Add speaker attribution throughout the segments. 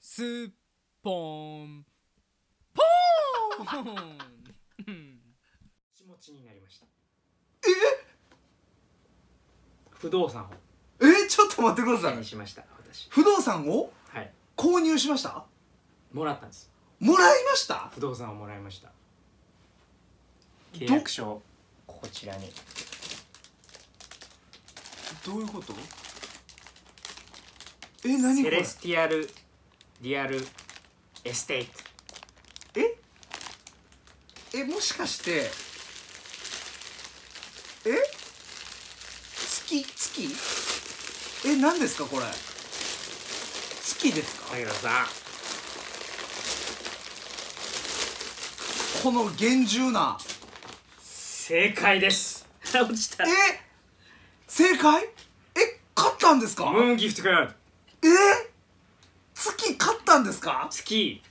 Speaker 1: スッポーンポーンうん
Speaker 2: ち持ちになりました不動産を
Speaker 3: えちょっと待ってくださ
Speaker 2: 手
Speaker 3: い
Speaker 2: にしました私
Speaker 3: 不動産を
Speaker 2: はい
Speaker 3: 購入しました
Speaker 2: もらったんです
Speaker 3: もらいました
Speaker 2: 不動産をもらいました
Speaker 3: ど
Speaker 2: 契約書をこちらに
Speaker 3: どういうことえ何こ
Speaker 2: セレ
Speaker 3: れ
Speaker 2: スティアルリアルエステイト
Speaker 3: ええもしかしてえ月月え何ですかこれ月ですか、
Speaker 2: 田さ
Speaker 3: こ
Speaker 2: ん
Speaker 3: の厳重な
Speaker 2: 正解です 落ちた
Speaker 3: え正解え買ったんですか、
Speaker 2: ムーンギフトクラウド
Speaker 3: え月買ったんですか
Speaker 2: 月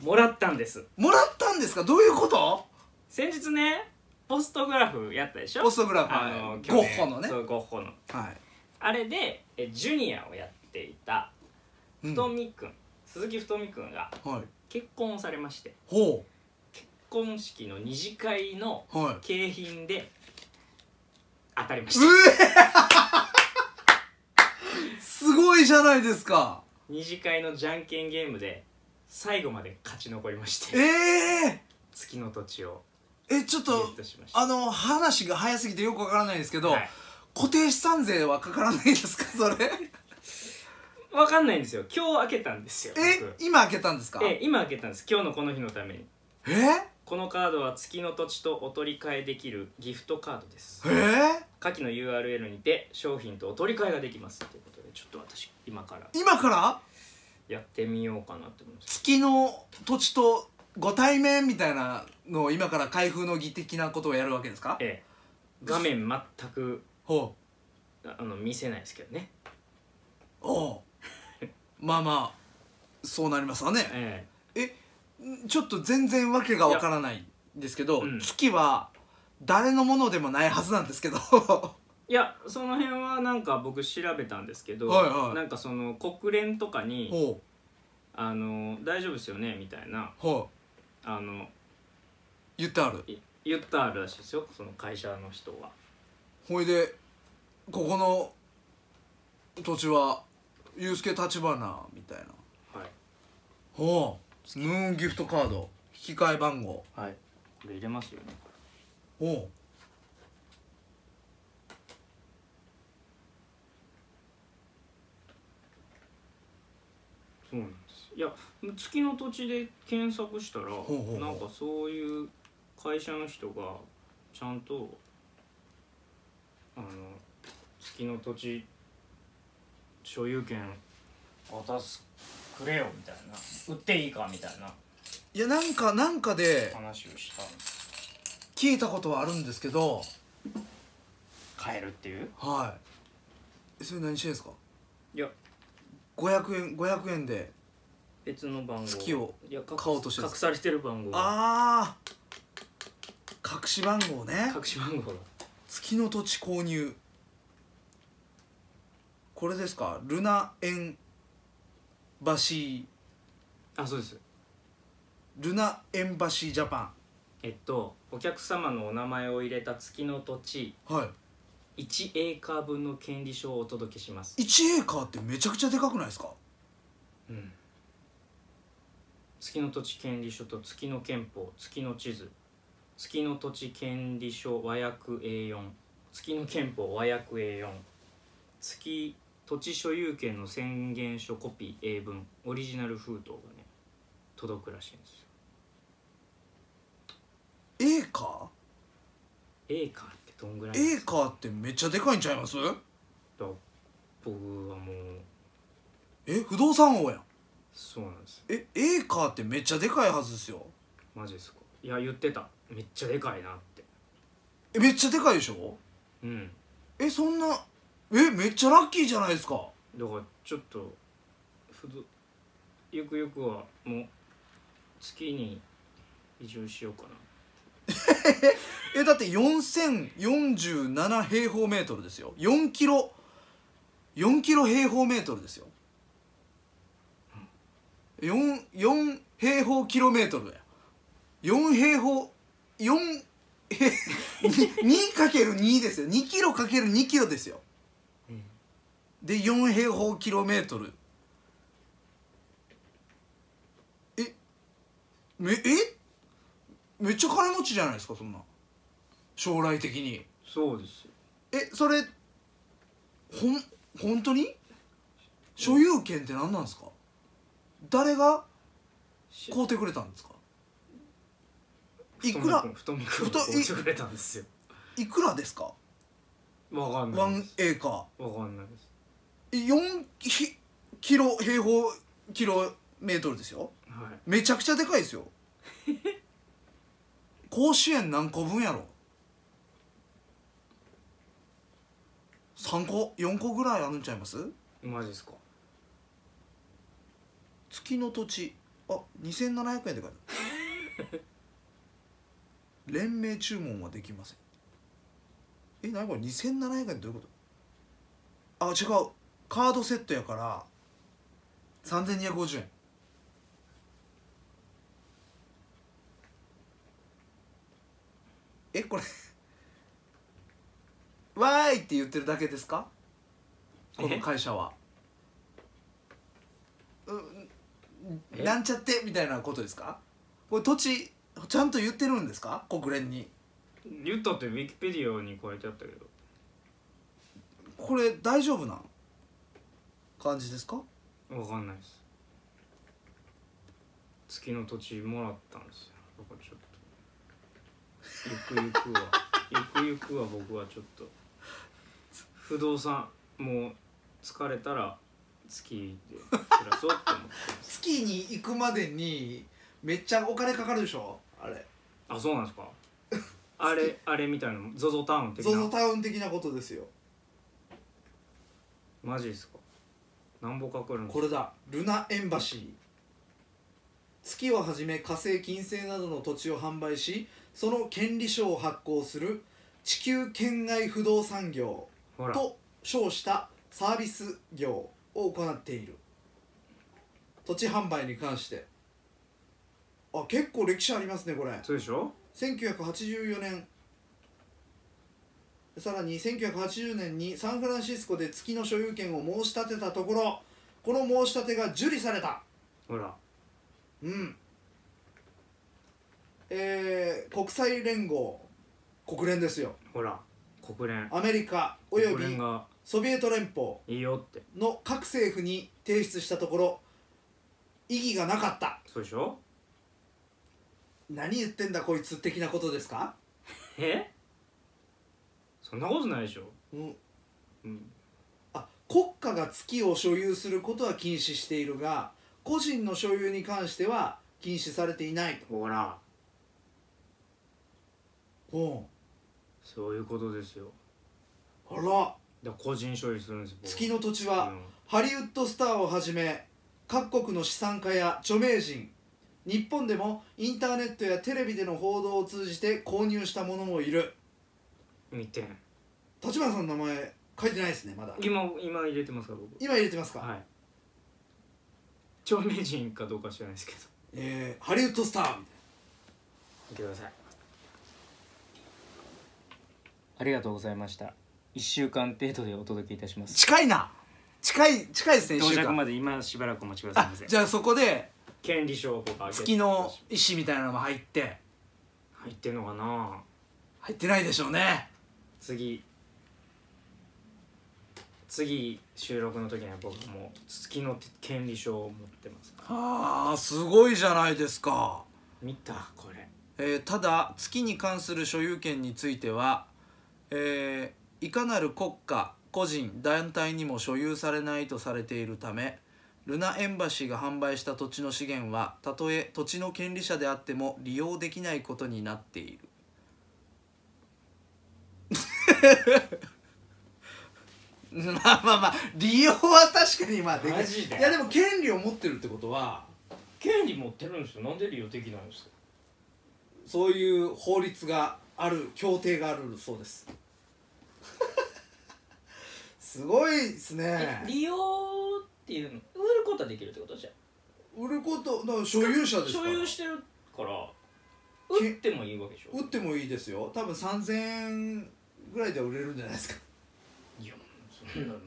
Speaker 2: もらったんです
Speaker 3: もらったんですかどういうこと
Speaker 2: 先日ねポストグラフやったでしょ
Speaker 3: ポストグラフ
Speaker 2: あ
Speaker 3: は
Speaker 2: の
Speaker 3: い
Speaker 2: 去年
Speaker 3: ゴッホのね
Speaker 2: そうゴッホの
Speaker 3: は
Speaker 2: あれでえジュニアをやっていた
Speaker 3: い、う
Speaker 2: 太
Speaker 3: ん
Speaker 2: とみくん、鈴木太とみくんが
Speaker 3: はい
Speaker 2: 結婚をされまして
Speaker 3: ほ
Speaker 2: 結婚式の二次会の
Speaker 3: うはい
Speaker 2: 景品で当たりまし
Speaker 3: う
Speaker 2: た
Speaker 3: えすごいじゃないですか
Speaker 2: 二次会のじゃんけんゲームで最後まで勝ち残りまし
Speaker 3: え
Speaker 2: て
Speaker 3: え
Speaker 2: 月の土地を
Speaker 3: えちょっ
Speaker 2: ゲ
Speaker 3: と
Speaker 2: ットしました
Speaker 3: あの話が早すぎてよくわからないんですけど、
Speaker 2: はい
Speaker 3: 固定資産税はかからないですか それ
Speaker 2: わかんないんですよ今日開けたんですよ
Speaker 3: え今開けたんですか
Speaker 2: 僕え今開けたんです今日のこの日のために
Speaker 3: え
Speaker 2: このカードは月の土地とお取り替えできるギフトカードです
Speaker 3: ええ
Speaker 2: 下記の URL にて商品とお取り替えができますということでちょっと私今から
Speaker 3: 今から
Speaker 2: やってみようかなと思います
Speaker 3: 月の土地とご対面みたいなのを今から開封の儀的なことをやるわけですか
Speaker 2: ええ画面全く
Speaker 3: ほう
Speaker 2: ああの見せないですけどね
Speaker 3: おうまあまあそうなりますわね
Speaker 2: え
Speaker 3: ちょっと全然わけがわからないんですけど、
Speaker 2: いやうん
Speaker 3: 月は誰のものでもないはずなんですけど
Speaker 2: えいやその辺はなんか僕調べたんですけど、
Speaker 3: はいはい
Speaker 2: なんかその国連とかに
Speaker 3: ほう
Speaker 2: 「あの大丈夫ですよね」みたいな
Speaker 3: ほう
Speaker 2: あの
Speaker 3: 言ってある
Speaker 2: い言ったあるらしいですよその会社の人は
Speaker 3: ほいでここの土地はユースケ立花みたいな
Speaker 2: はい
Speaker 3: ほうムーンギフトカード引き換え番号
Speaker 2: はいこれ入れますよね
Speaker 3: ほ
Speaker 2: そうなんですいや月の土地で検索したら
Speaker 3: ほうほう
Speaker 2: なんかそういう会社の人がちゃんとあの月の土地所有権渡すくれよみたいな売っていいかみたいな
Speaker 3: ういやなんかなんかで
Speaker 2: 話をしたんです
Speaker 3: 聞いたことはあるんですけど
Speaker 2: 買えるっていう
Speaker 3: はいえそれ何してんですか
Speaker 2: いや
Speaker 3: 500円500円で
Speaker 2: 別の番号
Speaker 3: 月を
Speaker 2: いや隠
Speaker 3: 買おうとしてる
Speaker 2: 隠されてる番号
Speaker 3: ああ隠し番号ね
Speaker 2: 隠し番号だ
Speaker 3: 月の土地購入これですかルナエンバシ
Speaker 2: あそうです
Speaker 3: ールナエンバシージャパ
Speaker 2: えっとお客様のお名前を入れた月の土地
Speaker 3: ンは
Speaker 2: 1エーカー分の権利書をお届けします、
Speaker 3: い1エーカーってめちゃくちゃでかくないですか
Speaker 2: うん、月の土地権利書と月の憲法月の地図月の土地権利書和訳 A4 月の憲法和訳 A4 月土地所有権の宣言書コピー英文オリジナル封筒がね届くらしいんですよ
Speaker 3: A カ
Speaker 2: A カーってどんぐらい
Speaker 3: ー ?A カーってめっちゃでかいんちゃいます
Speaker 2: と僕はもう
Speaker 3: え不動産王やん
Speaker 2: そうなんです
Speaker 3: え A カーってめっちゃでかいはずですよ
Speaker 2: マジですかいや言ってためっちゃでかいなって
Speaker 3: えめっちゃでかいでしょ
Speaker 2: うん
Speaker 3: えそんなえめっちゃラッキーじゃないですか
Speaker 2: だからちょっとふどゆくゆくはもう月に移住しようかな
Speaker 3: えだって4047平方メートルですよ4キロ4キロ平方メートルですよ 4, 4平方キロメートルだよ4平方4 2×2 ですよ2キロ ×2 キロですよ
Speaker 2: うん
Speaker 3: で4平方キロメートルえめえめっちゃ金持ちじゃないですかそんな将来的に
Speaker 2: そうですよ
Speaker 3: えそれほん本当に所有権って何なんですか誰が
Speaker 2: し
Speaker 3: 買うてくれたんですかい
Speaker 2: 太
Speaker 3: くら
Speaker 2: も太もくん
Speaker 3: 太い
Speaker 2: を買ってくれたんですよ
Speaker 3: いくらですか
Speaker 2: わかんないで
Speaker 3: 1A
Speaker 2: す
Speaker 3: か
Speaker 2: わかんないです
Speaker 3: 4ひキロ平方キロメートルですよ
Speaker 2: はい
Speaker 3: めちゃくちゃでかい ですよ甲子園何個分やろ3個4個ぐらいあるんちゃいます
Speaker 2: マジですか
Speaker 3: 月の土地あ2700円って書いてある連名注文はできませんえ何これ2700円ってどういうことあ違うカードセットやから3250円えこれ わーいって言ってるだけですかこの会社は
Speaker 2: え
Speaker 3: なんちゃってみたいなことですかこれ土地ちゃんと言ってるんですか国連に
Speaker 2: 言ったってウィキペディアに書いてあったけど
Speaker 3: これ大丈夫な感じですか
Speaker 2: わかんないです月の土地もらったんですよだからちょっとゆく ゆくはゆくゆくは僕はちょっと不動産もう疲れたら月で暮らそうって思ってます
Speaker 3: 月に行くまでにめっちゃお金かかるでしょあれ
Speaker 2: あそうなんですかあれあれみたいな ZOZO タウン的な
Speaker 3: タウン的なことですよ
Speaker 2: マジですかなんぼかかるんですか
Speaker 3: これだルナエンバシー月をはじめ火星金星などの土地を販売しその権利書を発行する地球圏外不動産業
Speaker 2: ほら
Speaker 3: と称したサービス業を行っている土地販売に関してあ結構歴史ありますねこれ
Speaker 2: そうでしょ
Speaker 3: 1984年さらに1980年にサンフランシスコで月の所有権を申し立てたところこの申し立てが受理された
Speaker 2: ほら
Speaker 3: うんえー、国際連合国連ですよ
Speaker 2: ほら国連
Speaker 3: アメリカおよ
Speaker 2: 国
Speaker 3: び
Speaker 2: 連が
Speaker 3: ソビエト連邦
Speaker 2: いいよって
Speaker 3: の各政府に提出したところ意義がなかった
Speaker 2: そうでしょ
Speaker 3: 何言ってんだこいつ的なことですか、
Speaker 2: えそんなことないでしょ、
Speaker 3: うん、
Speaker 2: うん、
Speaker 3: あ国家が月を所有することは禁止しているが個人の所有に関しては禁止されていない
Speaker 2: ほら
Speaker 3: とほ
Speaker 2: そういうことですよ
Speaker 3: うあら
Speaker 2: だから個人所有するんです僕
Speaker 3: 月の土地
Speaker 2: う
Speaker 3: は
Speaker 2: ん
Speaker 3: ハリウッドスターをはじめ各国の資産家や著名人日本でもインターネットやテレビでの報道を通じて購入した者もいる
Speaker 2: 見て
Speaker 3: 立花さんの名前書いてないですねまだ
Speaker 2: 今今入れてますから僕
Speaker 3: 今入れてますか、
Speaker 2: はい著名人かどうか知らないですけど
Speaker 3: えーハリウッドスターみたい
Speaker 2: 見てくださいありがとうございました1週間程度でお届けいたしま
Speaker 3: な
Speaker 2: す
Speaker 3: 近いな近い近いですね一
Speaker 2: 到
Speaker 3: 週
Speaker 2: 着
Speaker 3: 間
Speaker 2: まで今しばらくお待ちください
Speaker 3: あ
Speaker 2: ませ
Speaker 3: じゃあそこで
Speaker 2: 権利証を僕開けて
Speaker 3: 月の石みたいなのも入って
Speaker 2: 入ってんのかな
Speaker 3: 入ってないでしょうね
Speaker 2: 次次収録の時には僕もう月の権利証を持ってますから
Speaker 3: はあすごいじゃないですか、
Speaker 2: 見たこれ
Speaker 3: えーただ月に関する所有権については、えーいかなる国家個人団体にも所有されないとされているためルナエンバシーが販売した土地の資源はたとえ土地の権利者であっても利用できないことになっている まあまあまあ利用は確かにまあ
Speaker 2: でかいマジで
Speaker 3: いやでも権利を持ってるってことは
Speaker 2: 権利持ってるんですよなんで利用できないんですか
Speaker 3: そういう法律がある協定があるそうですすごいですね
Speaker 4: 利用っていうの売ることはできるってことじゃん
Speaker 3: 売ることだから所有者ですか
Speaker 2: 所
Speaker 3: ら
Speaker 2: 有してるから売ってもいいわけでしょ
Speaker 3: 売ってもいいですよ多分3000円ぐらいでは売れるんじゃないですか
Speaker 2: いやそんなのも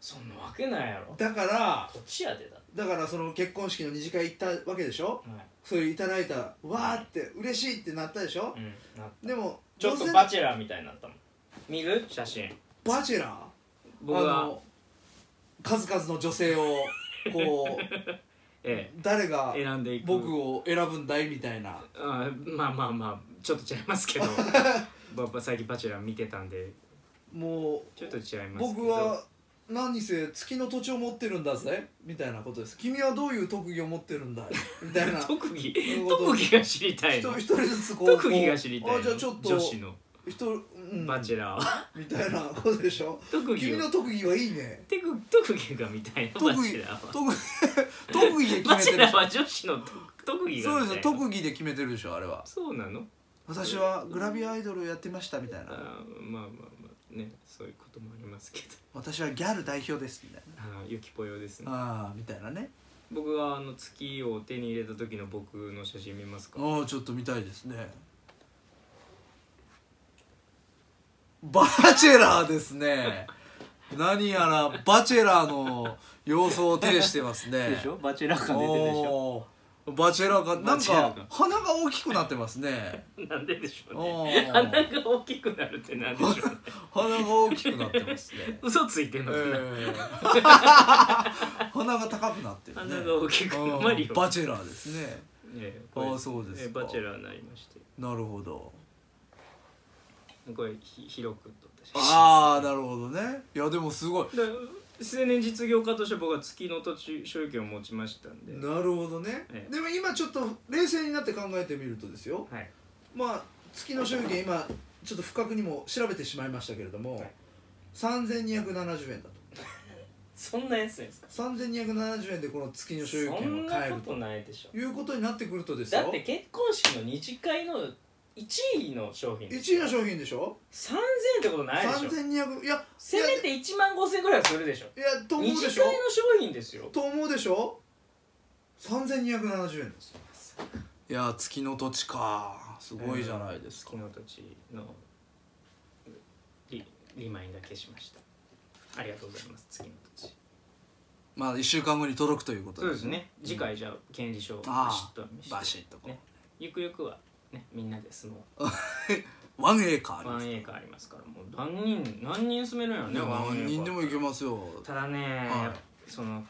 Speaker 2: そんなわけないやろ
Speaker 3: だから
Speaker 2: 土地やでだ
Speaker 3: だからその結婚式の二次会行ったわけでしょ
Speaker 2: はい
Speaker 3: それいただいたわーって嬉しいってなったでしょ
Speaker 2: うんな
Speaker 3: でも
Speaker 2: ちょっ
Speaker 3: どう
Speaker 2: と
Speaker 3: せ
Speaker 2: バチェラーみたいになったもん見る写真
Speaker 3: バチェラー
Speaker 2: 僕
Speaker 3: あ
Speaker 2: が
Speaker 3: の数々の女性をこ
Speaker 2: え
Speaker 3: う誰が
Speaker 2: え選んでいく
Speaker 3: 僕を選ぶんだいみたいな
Speaker 2: あまあまあまあちょっと違います けどばば最近バチェラー見てたんで
Speaker 3: も
Speaker 2: ちょっと違いますけ
Speaker 3: う
Speaker 2: ど
Speaker 3: 僕は何せ月の土地を持ってるんだぜみたいなことです君はどういう特技を持ってるんだいみたいな
Speaker 2: 特技
Speaker 3: いうこと
Speaker 2: 特技が知りたい
Speaker 3: 人
Speaker 2: の
Speaker 3: 一人ずつこう
Speaker 2: 特技が知りたい
Speaker 3: こ
Speaker 2: の
Speaker 3: うあじゃあちょっと
Speaker 2: 女子の
Speaker 3: 人、うん、
Speaker 2: バチェラ ーは
Speaker 3: みたいなことでしょ
Speaker 2: 特技
Speaker 3: 君
Speaker 2: を
Speaker 3: の特技はいいね
Speaker 2: テク特技が見たいの
Speaker 3: 特
Speaker 2: バチ
Speaker 3: 技
Speaker 2: ェラーは
Speaker 3: 特技特技で
Speaker 2: バ
Speaker 3: 決
Speaker 2: チェ
Speaker 3: めてる
Speaker 2: ラーは女子の特特技が
Speaker 3: そう
Speaker 2: み
Speaker 3: です
Speaker 2: た
Speaker 3: よ
Speaker 2: いな
Speaker 3: 特技で決めてるでしょあれは
Speaker 2: そうなの
Speaker 3: 私はグラビアアイドルをやってましたみたいな
Speaker 2: あーまあまあまあねそういうこともありますけど
Speaker 3: 私はギャル代表ですみたいな
Speaker 2: あーゆきぽよですね
Speaker 3: ああみたいなね
Speaker 2: 僕があの月を手に入れた時の僕の写真見ますか
Speaker 3: ああちょっと見たいですねバチェラーですね何やらバチェラーの様相を呈してますね
Speaker 2: ょバチェラー
Speaker 3: おーバチェラーがな
Speaker 2: バ
Speaker 3: ん
Speaker 2: チェラー
Speaker 3: か
Speaker 2: が
Speaker 3: 鼻が大きくなってますね
Speaker 2: なんででしょう
Speaker 3: お
Speaker 2: ね
Speaker 3: ー
Speaker 2: 鼻が大きくなるってなんでし ょうね
Speaker 3: 鼻が大きくなってますね
Speaker 2: 嘘ついてんのかな、
Speaker 3: えー 鼻が高くなってるね
Speaker 2: 鼻が大きくなマリ
Speaker 3: うん
Speaker 2: オ
Speaker 3: バチェラーですね
Speaker 2: ええ
Speaker 3: あー
Speaker 2: これ
Speaker 3: そうですか
Speaker 2: ええバチェラーになりまして
Speaker 3: なるほど
Speaker 2: これひ広く撮った写真
Speaker 3: ああなるほどねいやでもすごい
Speaker 2: だ青年実業家として僕は月の土地所有権を持ちましたんで
Speaker 3: なるほどね、
Speaker 2: ええ
Speaker 3: でも今ちょっと冷静になって考えてみるとですよ
Speaker 2: はい
Speaker 3: まあ月の所有権今ちょっと不覚にも調べてしまいましたけれども、
Speaker 2: はい
Speaker 3: 3270円だと
Speaker 2: そんな安いんですか
Speaker 3: 3270円でこの月の所有
Speaker 2: そ
Speaker 3: 権
Speaker 2: ん
Speaker 3: を
Speaker 2: な
Speaker 3: 買え
Speaker 2: こ
Speaker 3: ると
Speaker 2: とないでしょ
Speaker 3: いうことになってくるとです
Speaker 2: だっ
Speaker 3: よ
Speaker 2: て結婚式の二次会の1位の商品
Speaker 3: 1位の
Speaker 2: 品
Speaker 3: 商品でしょ
Speaker 2: 3000円ってことないでしょ
Speaker 3: 3200いや
Speaker 2: せめて1万5000円ぐらいはするでしょ
Speaker 3: いやと思
Speaker 2: 二
Speaker 3: う
Speaker 2: 次
Speaker 3: で
Speaker 2: 会の
Speaker 3: しょ
Speaker 2: 商品ですよ
Speaker 3: と思うでしょ3270円ですよいや月の土地かすごいじゃないですか、
Speaker 2: 月の土地のリリマインだけしましたありがとうございます月の土地
Speaker 3: まあ1週間後に届くということ
Speaker 2: そうですね次回じゃあ権利書を
Speaker 3: ああ
Speaker 2: バシッと見せて
Speaker 3: バシッとこう、
Speaker 2: ねゆくゆくはねみんなで住もう
Speaker 3: ワンエーカーあり
Speaker 2: ワ
Speaker 3: ます
Speaker 2: ンエーカーありますからもう何人何人住めるんやろね
Speaker 3: ね
Speaker 2: ワンエーカー
Speaker 3: 何人でもいけますよ
Speaker 2: ただね、
Speaker 3: はい
Speaker 2: やっぱその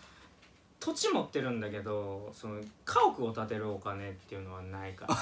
Speaker 2: 土地持ってるんだけどその家屋を建てるお金っていうのはないから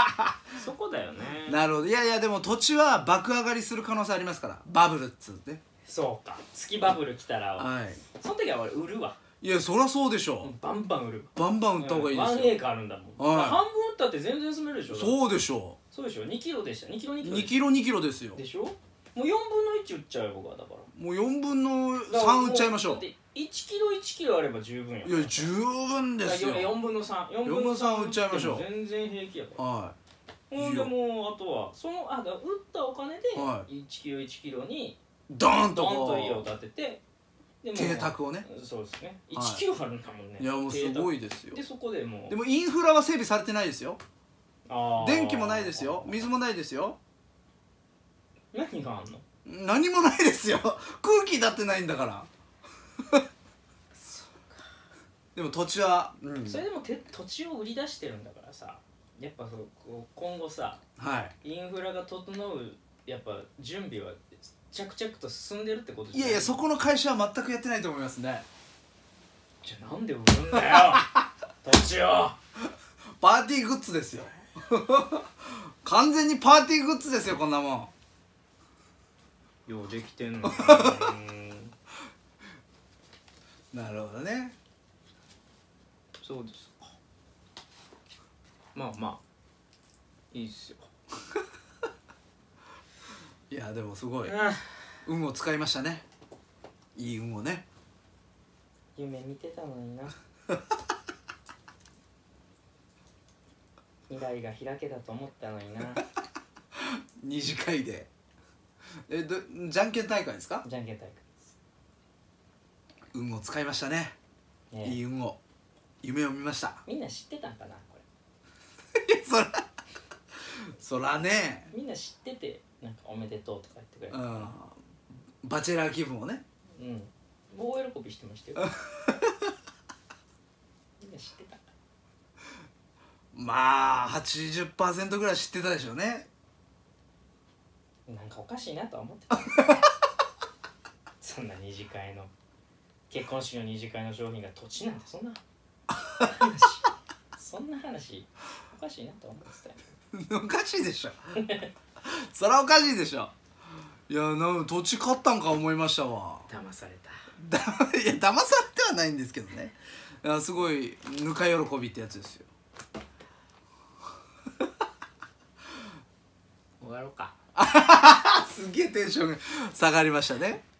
Speaker 2: そこだよね
Speaker 3: なるほどいやいやでも土地は爆上がりする可能性ありますからバブルっつうね
Speaker 2: そうか月バブル来たら
Speaker 3: はい
Speaker 2: その時は俺売るわ
Speaker 3: いやそりゃそうでしょ
Speaker 2: バンバン売る
Speaker 3: バンバン売った方がいい
Speaker 2: ワンエ
Speaker 3: で
Speaker 2: ーカーあるんだもん、
Speaker 3: はい
Speaker 2: まあ半分売ったって全然住めるでしょ
Speaker 3: すよそうでしょ
Speaker 2: そうでしょ2キロでした2キロ2キロ
Speaker 3: 2キロ2キロですよ
Speaker 2: でしょもう4分の1売っちゃうよ僕はだから
Speaker 3: もう4分の
Speaker 2: だからも
Speaker 3: 3売っちゃいましょ
Speaker 2: だ
Speaker 3: う
Speaker 2: て1キロ1キロあれば十分や
Speaker 3: いや十分ですよ
Speaker 2: 4分の34分
Speaker 3: 4分の3売っちゃいましょう
Speaker 2: 全然平気やから
Speaker 3: は
Speaker 2: ほん
Speaker 3: いい
Speaker 2: で
Speaker 3: よ
Speaker 2: もうあとはそのあだから打ったお金で
Speaker 3: は
Speaker 2: 1キロ1キロに
Speaker 3: いドーンと
Speaker 2: ドン
Speaker 3: こと
Speaker 2: 家を
Speaker 3: う
Speaker 2: 建ててでもう
Speaker 3: 邸宅をね
Speaker 2: そうですね
Speaker 3: はい
Speaker 2: 1キロあるんだもんね
Speaker 3: いやもうすご
Speaker 2: い
Speaker 3: いですよ
Speaker 2: でそこでもう
Speaker 3: でもインフラは整備されてないですよ
Speaker 2: あー
Speaker 3: 電気もないですよ水もないですよ
Speaker 2: 何があんの
Speaker 3: 何もないですよ空気だってないんだからでも土地は、うん
Speaker 2: それでもて土地を売り出してるんだからさやっぱそうこう今後さ
Speaker 3: は
Speaker 2: インフラが整うやっぱ準備は着々と進んでるってこと
Speaker 3: いいやいやそ
Speaker 2: こ
Speaker 3: この会社は全くやってないと思いますね
Speaker 2: じゃあなんで売るんだ よ土地を
Speaker 3: パーティーグッズですよ 完全にパーティーグッズですよこんなもん
Speaker 2: ようできてんの
Speaker 3: なるほどね
Speaker 2: そうですかまあまあいいっすよ
Speaker 3: いやでもすごい運を使いましたねいい運をね
Speaker 2: 夢見てたのにな 未来が開けたと思ったのにな
Speaker 3: 二次会でえどじゃんけん大会ですか
Speaker 2: じゃんけん大会です
Speaker 3: 運を使いましたね、
Speaker 2: ね
Speaker 3: いい運を夢を見ました
Speaker 2: みんな知ってたんかなこれ
Speaker 3: そらそらね
Speaker 2: みんな知っててなんかおめでとうとか言ってくれ
Speaker 3: う
Speaker 2: る
Speaker 3: んバチェラー気分をね
Speaker 2: うん大喜びしてました よみんな知ってたんか
Speaker 3: まあ80%ぐらい知ってたでしょうね
Speaker 2: ななんかおかしいなとは思 ってたそんな二次会の結婚式の二次会の商品が土地なんてそんな 話そんな話おかしいなとは思ってたよ
Speaker 3: おかしいでしょ そらおかしいでしょいやなん土地買ったんか思いましたわ
Speaker 2: 騙された
Speaker 3: だいや騙されてはないんですけどねいやすごいぬか喜びってやつですよ
Speaker 2: 終わろうか
Speaker 3: あすげえテンションが下がりましたね